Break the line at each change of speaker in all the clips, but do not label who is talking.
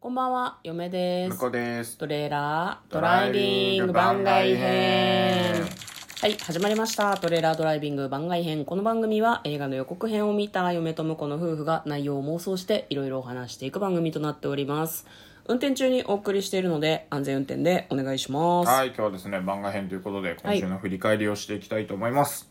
こんばんは、嫁で
向
す
こ。うです。
トレーラードライビング番外編。はい、始まりました。トレーラードライビング番外編。この番組は映画の予告編を見た嫁と婿の夫婦が内容を妄想していろいろお話していく番組となっております。運転中にお送りしているので安全運転でお願いします。は。
はいい、今日はですね、番外編ということで、今週の振り返りをしていきたいと思います。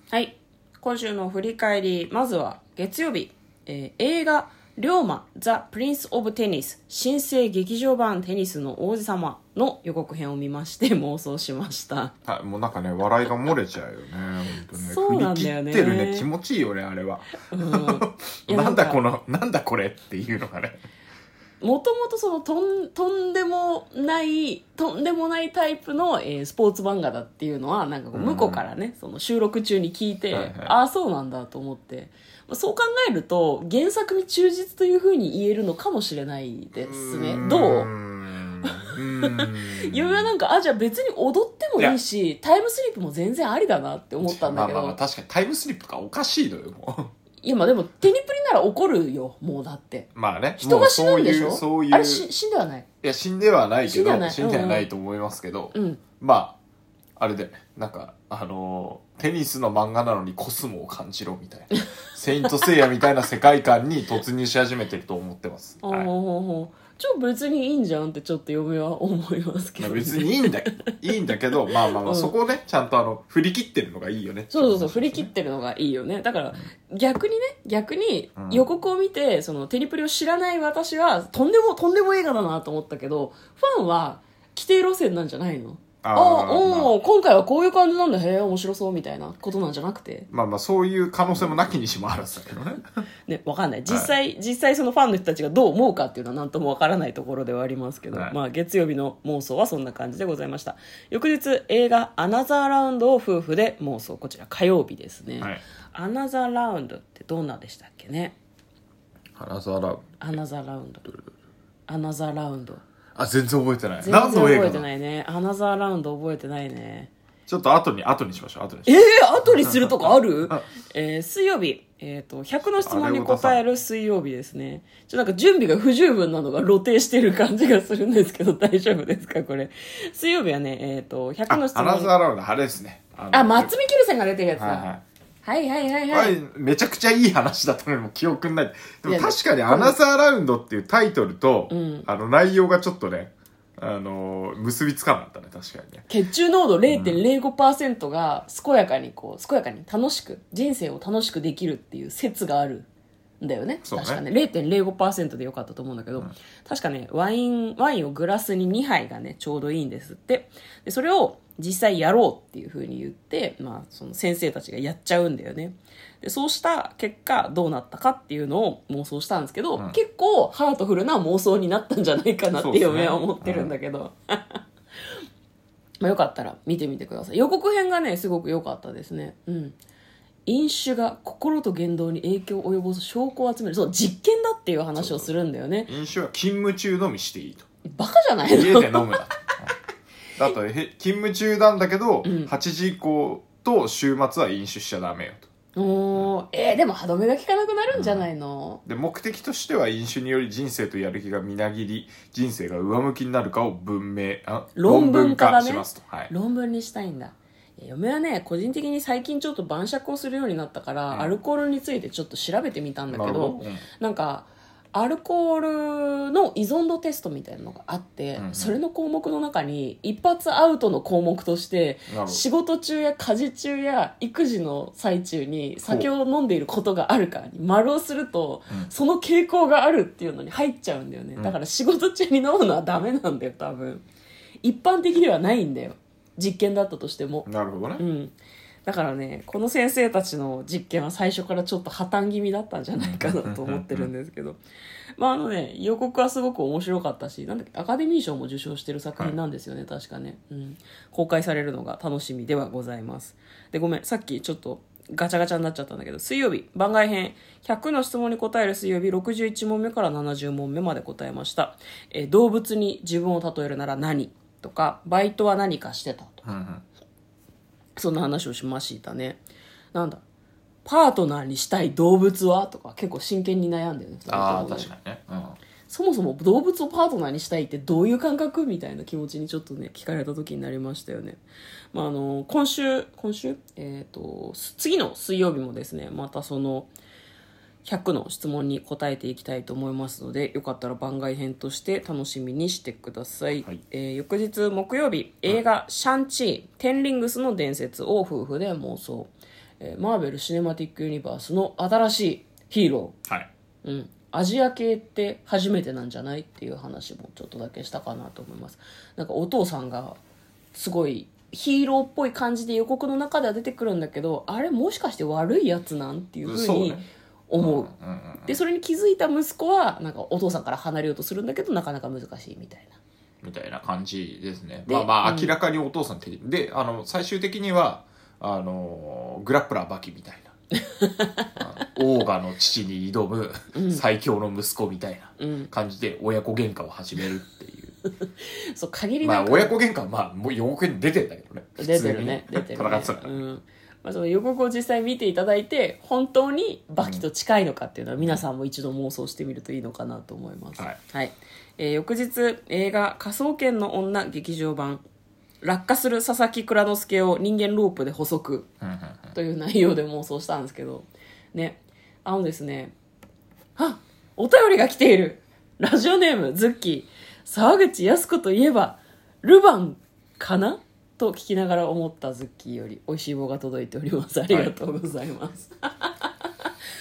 今週の振り返り、まずは月曜日、えー映画、龍馬 The Prince of Tennis 新生劇場版テニスの王子様の予告編を見まして妄想しました。
はい、もうなんかね、笑いが漏れちゃうよね。本当ね。
そうなんだよね
振り切ってるね、気持ちいいよね、あれは。
いや
なん
な
だ
んか
この、なんだこれっていうのがね。
もともとそのとんとんでもないとんでもないタイプの、えースポーツ漫画だっていうのはなんかこう向こうからね、その収録中に聞いて、
はいはい
ああそうなんだと思ってまあそう考えると原作に忠実というふうに言えるのかもしれないですね
ーん
どう
うーん
嫁はなんかあじゃあ別に踊ってもいいしタイムスリップも全然ありだなって思ったんだけど、
まあまあまあ、確かにタイムスリップがおかしいのよ、も
いやまあでもテニプリなら怒るよもうだって
う。まあね。
人が死ぬんでしょ
もうそういう、
あ
そうい
れ
う。
し死んではない
いや、死んではないけ
死んでは
ど
な、い
死んではないと思いますけど、
うん
まあ、あれで、なんか、あのーテニスの漫画なのにコスモを感じろみた いな、セイントセイヤみたいな世界観に突入し始めてると思ってます。
ほう
はい
ほうほうほうちょ別にいいんじゃんってちょっと嫁は思いますけ
ま
ど、
あ
ね、
別にいいん だ、いいんだけど、まあまあまあ、
うん
そこをね、ちゃんとあの、振り切ってるのがいいよね。
そうそうそう振り切っ
って
るのがいいよねだから逆にね逆に
うん
予告を見て、そのテニプリを知らない私はとんでもとんでも映画だなと思ったけどファンは規定路線なんじゃないの
あ
あ
ー
あお
まあ
ー今回はこういう感じなんだへえ面白そうみたいなことなんじゃなくて
まあまあ、そういう可能性もなきにしもあらずだけどね。
ねわかんない実際、実際そのファンの人たちがどう思うかっていうのは何ともわからないところではありますけど、
はい
まあ月曜日の妄想はそんな感じでございました翌日映画「アナザーラウンド」を夫婦で妄想こちら火曜日ですね、
はい
アナザーラウンドってどんなでしたっけね
花沢
アナザーラウンドアナザーラウンド
あ、全然覚えてない。
全然
何の
覚
映
え
画
て
だ
ないねアナザーラウンド覚えてないね
ちょっと後に、後にしましょう、後にし
え
ましょう。
ー、後にするとか あるえー、水曜日、えー、と100の質問に答える水曜日ですねちょっとなんか準備が不十分なのが露呈してる感じがするんですけど 大丈夫ですかこれ水曜日はね、えー、と100の質
あア
問
ナ
に
ザーラウンド、あれですね。あの
あ松見キルセンが出てるやつだ、
はいはい。
はい、はいはいはい
はい、めちゃくちゃいい話だったのにも記憶にない。で
い
も
や
確かに「アナザーラウンド」っていうタイトルと、
ん
あの内容がちょっとね、あのー結びつかなかったね、確かにね。
血中濃度0.05%が健やかにこう健やかに楽しく人生を楽しくできるっていう説があるんだよね
そうね
確かね0.05%でよかったと思うんだけど、確かねワインワインをグラスに2杯がねちょうどいいんですってでそれを実際やろうっていうふうに言って、まあ、その先生たちがやっちゃうんだよねでそうした結果どうなったかっていうのを妄想したんですけど、
うん
結構ハートフルな妄想になったんじゃないかなっていう
そうですね
嫁は思ってるんだけど。 まあ、よかったら見てみてください予告編がねすごく良かったですねうん飲酒が心と言動に影響を及ぼす証拠を集めるそう実験だっていう話をするんだよね
飲酒は勤務中のみしていいと。
バカじゃない
家
の
で飲 むなと。はいだと、へ勤務中なんだけど、
うん
8時以降と週末は飲酒しちゃダメよと。
おーえー、でも歯止めが効かなくなるんじゃないの、
で、目的としては飲酒により人生とやる気がみなぎり、人生が上向きになるかを文明、あ
論文化だね
論しますと。はい。
論文にしたいんだいや嫁はね個人的に最近ちょっと晩酌をするようになったから、
うん
アルコールについてちょっと調べてみたんだけ
なる
ど
ほどうん
なんかアルコールの依存度テストみたいなのがあって、
うんうん
それの項目の中に一発アウトの項目として
なるほど
仕事中や家事中や育児の最中に酒を飲んでいることがあるかに丸をすると、
うん
その傾向があるっていうのに入っちゃうんだよね、
ん
だから仕事中に飲むのはダメなんだよ多分一般的ではないんだよ実験だったとしても
なるほどね
う。ん、だからねこの先生たちの実験は最初からちょっと破綻気味だったんじゃないかなと思ってるんですけどまああのね予告はすごく面白かったしなんだっけアカデミー賞も受賞してる作品なんですよね、確かね、うん、公開されるのが楽しみではございますでごめんさっきちょっとガチャガチャになっちゃったんだけど水曜日番外編100の質問に答える水曜日61問目から70問目まで答えました、えー動物に自分を例えるなら何とかバイトは何かしてたと
うんうん
そんな話をしましたね。なんだパートナーにしたい動物はとか結構真剣に悩んでるね。二人ともね
かにね、うん、
そもそも動物をパートナーにしたいってどういう感覚みたいな気持ちにちょっとね聞かれた時になりましたよね、まあ、あの今週今週、えー、とす次の水曜日もですねまたその100の質問に答えていきたいと思いますのでよかったら番外編として楽しみにしてください、
はい
えー翌日木曜日映画「シャンチーテンリングスの伝説」を夫婦で妄想、えーマーベル・シネマティック・ユニバースの新しいヒーロ
はい
ー、うん、アジア系って初めてなんじゃないっていう話もちょっとだけしたかなと思いますなんかお父さんがすごいヒーローっぽい感じで予告の中では出てくるんだけどあれもしかして悪いやつなんっていうふう
そう
に
ね
思う
うんうんうん
でそれに気づいた息子はなんかお父さんから離れようとするんだけどなかなか難しいみたいな
みたいな感じですね。
で
まあまあ
うん
明らかにお父さんって、で、あの、最終的には、あの、グラップラーバキみたい な。あのオーガの父に挑む最強の息子みたいな
うん
感じで親子喧嘩を始めるっていう。
そう限り
ま
な
あ
く
親子喧嘩はまあもう予告に出てんだけどね。
出てるね
普通
出
に
てる
戦
ね
ってたか、
う
ら。
んまあ、その予告を実際見ていただいて本当にバキと近いのかっていうのは皆さんも一度妄想してみるといいのかなと思います、
はい
えー翌日映画「科捜研の女」劇場版落下する佐々木蔵之介を人間ロープで捕捉
うんうんうん
という内容で妄想したんですけどねあのですねあお便りが来ているラジオネームズッキー沢口靖子といえばルヴァンかなと聞きながら思ったズッキーより美味しい棒が届いておりますありがとうございます、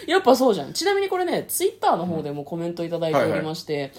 やっぱそうじゃんちなみにこれねツイッターの方でもコメントいただいておりまして、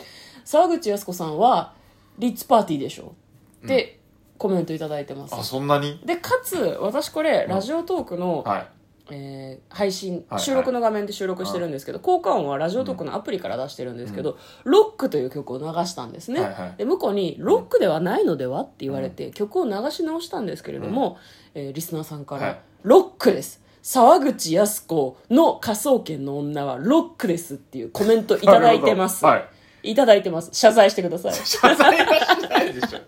沢口靖子さんはリッツパーティーでしょって、コメントいただいてます
あ、そんなに
でかつ私これラジオトークの、
はい。
えー配信
はい
収録の画面で収録してるんですけど、効果音はラジオトークのアプリから出してるんですけど「ロック」という曲を流したんですね、
はいはい
で向こうに「ロックではないのでは?」って言われて、曲を流し直したんですけれども、えーリスナーさんから「
はい
ロックです」沢口靖子の科捜研の女はロックですっていうコメントいただいて ます。
なるほどはい。
い、ただいてます。謝罪してください。
謝罪はしないでしょ。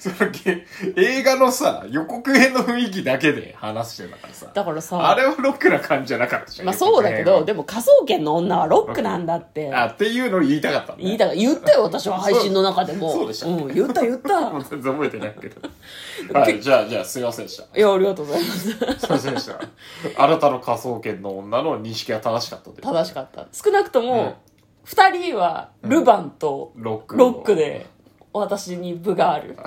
そのけ映画のさ、予告編の雰囲気だけで話してたからさ。
だからさ、
あれはロックな感じじゃなかったじゃん。
まあそうだけ
予
ど、
告編
でも科捜研の女はロックなんだ って。
はあ、っていうのを言いたかったんだ
言いたか言ったよ私は配信の中でも
そうでした
ん、言った言った
もう全然覚えてないけど。はい、じゃあ、じゃあ、すいませんでし
いやありがとうございます
た。すいませんでした。あなたの科捜研の女の認識は正しかったです。
正し
った。
かった少なくとも、二2人はルバンと
ロック。
ロックで。私に部がある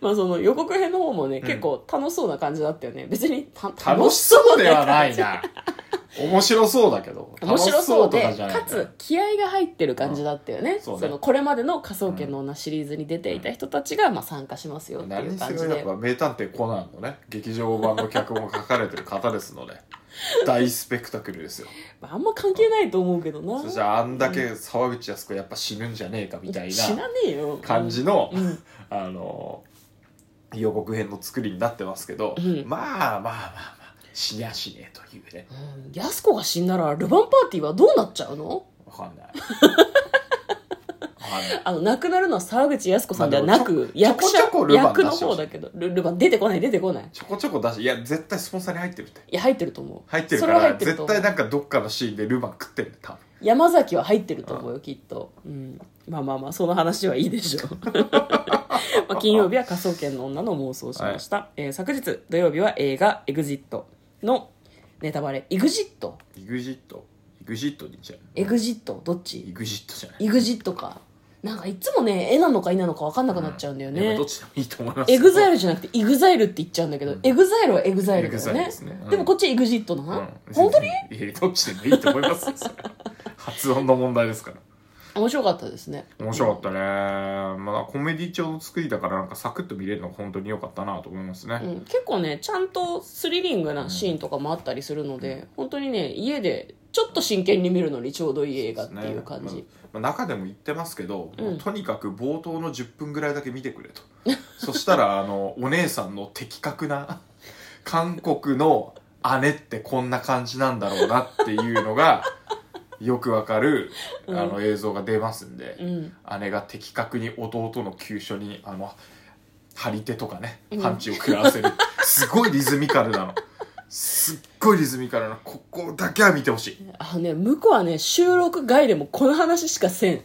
まあその予告編の方もね、結構楽しそうな感じだったよね別にた
楽しそうではないな。面白そうだけど。
面白そうで
楽しとかじゃない
かつ気合が入ってる感じだったよね,、
んそう
そ
ね
のこれまでの「科捜研の女」シリーズに出ていた人たちがまあ参加しますよってい
何
う
にせ
感
よ
じ
やっ
で
ぱ名探偵コナンのね劇場版の脚本を書かれてる方ですので 大スペクタクルですよ
まああんま関係ないと思うけどな
そしてあんだけ沢口靖子やっぱ死ぬんじゃねえかみたい
死な
な
ねえよ
感じの、
うんうん
あの予告編の作りになってますけど、
うん
まあまあまあまあ死にゃしねえというね
うんやす子が死んだらルヴァンパーティーはどうなっちゃうの
わかん ないわかんない
あの亡くなるのは沢口靖子さんではな
まあ
く
でもちょ
役者
ちょこちょこルヴァン
役の
出してほ
方
しい
だけどルルヴァン出てこない出てこない
ちょこちょこ出しいや絶対スポンサーに入ってるって
いや入ってると思う
入ってる
そ
か
れは入
ら
ってると思
絶対
う
なんかどっかのシーンでルマン食ってるんだ多分
山崎は入ってると思うよきっと、うん、まあまあまあその話はいいでしょう まあ金曜日は科捜研の女の妄想をしました、えー昨日土曜日は映画「エグジットのネタバレ「エグジット
イグジットイグジットでいいんじゃない
エグジットどっち
イグジットじゃない
イグジットかなんかいつもね絵なのか絵なのか分かんなくなっちゃうんだよ
いやま
ね、
あどっちでもいいと思います
エグザイ
ル
ルじゃなくてイグザイルって言っちゃうんだけど、エグザイルはエグザイルだよ
EXILE
ね
ですねうん
でもこっちエグジットなの、
うん、
本当に
いやどっちでもいいと思いますよそ れは発音の問題ですから
面白かったですね
面白かったねまあコメディ調の作りだからなんかサクッと見れるのが本当に良かったなと思いますね、
うん、結構ねちゃんとスリリングなシーンとかもあったりするので、本当にね家でちょっと真剣に見るのにちょうどいい映画っていう感じ、
ねまあまあ中でも言ってますけど、
うん
もうとにかく冒頭の10分ぐらいだけ見てくれと そしたらあのお姉さんの的確な 韓国の姉ってこんな感じなんだろうなっていうのがよくわかるあの映像が出ますんで、
うん
姉が的確に弟の急所にあの張り手とかね
うん
パンチを食らわせる、すごいリズミカルなのすっごいリズミカルなここだけは見てほしい
あのね向こうはね収録外でもこの話しかせん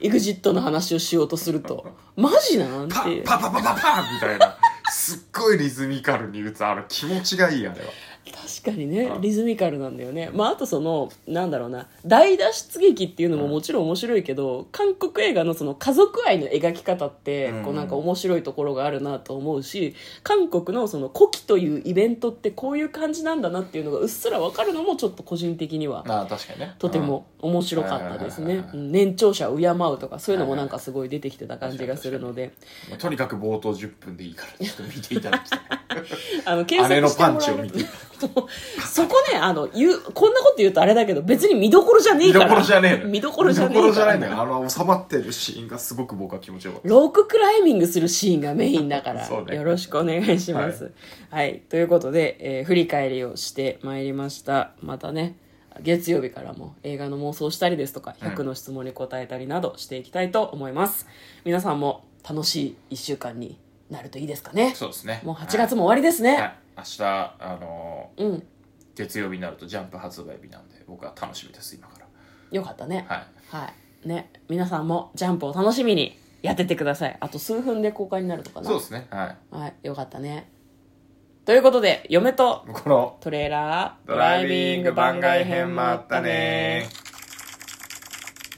EXIT の話をしようとするとマジなんって
パ
いう
ッパッパッパッパッパッみたい なすっごいリズミカルに打つあれ気持ちがいいあれは
確かにね
うん
リズミカルなんだよね、まあ、あとそのなんだろうな大脱出劇っていうのももちろん面白いけど、韓国映画のその家族愛の描き方って
うん
こうなんか面白いところがあるなと思うし韓国のその古希というイベントってこういう感じなんだなっていうのがうっすら分かるのもちょっと個人的には
ああ確かにね
とても面白かったです
はい
ね
はいはいはい
うん年長者を敬うとかそういうのもなんかすごい出てきてた感じがするので
うんとにかく冒頭10分でいいからちょっと見ていただきたい
あの検索
姉の
して
パ
も
ン
ら
チ
え
を
る
見
と
て
そこねあの言うこんなこと言うとあれだけど別に 見どころじゃねえ
見
か
ど
ら
ころじゃねえのよ
見どころじゃねえ
見どころ
か
じ
ら
ゃないんだよあの収まってるシーンがすごく僕は気持ちよかった
ローククライミングするシーンがメインだから、
そうね
よろしくお願いします。はい、ということで、えー振り返りをしてまいりました。またね、月曜日からも映画の妄想したりですとか、
うん
100の質問に答えたりなどしていきたいと思います。皆さんも楽しい1週間になるといいですかね。
そうですね
もう8月も終わりですね。
はい、はい明日あの
うん、
ー月曜日になるとジャンプ発売日なんで僕は楽しみです今から
よかったね。
はい
はい。ね、皆さんもジャンプを楽しみにやってってください。あと数分で公開になるとかな。
そうですねはい
はい、よかったね。ということで、嫁と
この
トレーラー、
ドライビング番外編もあったね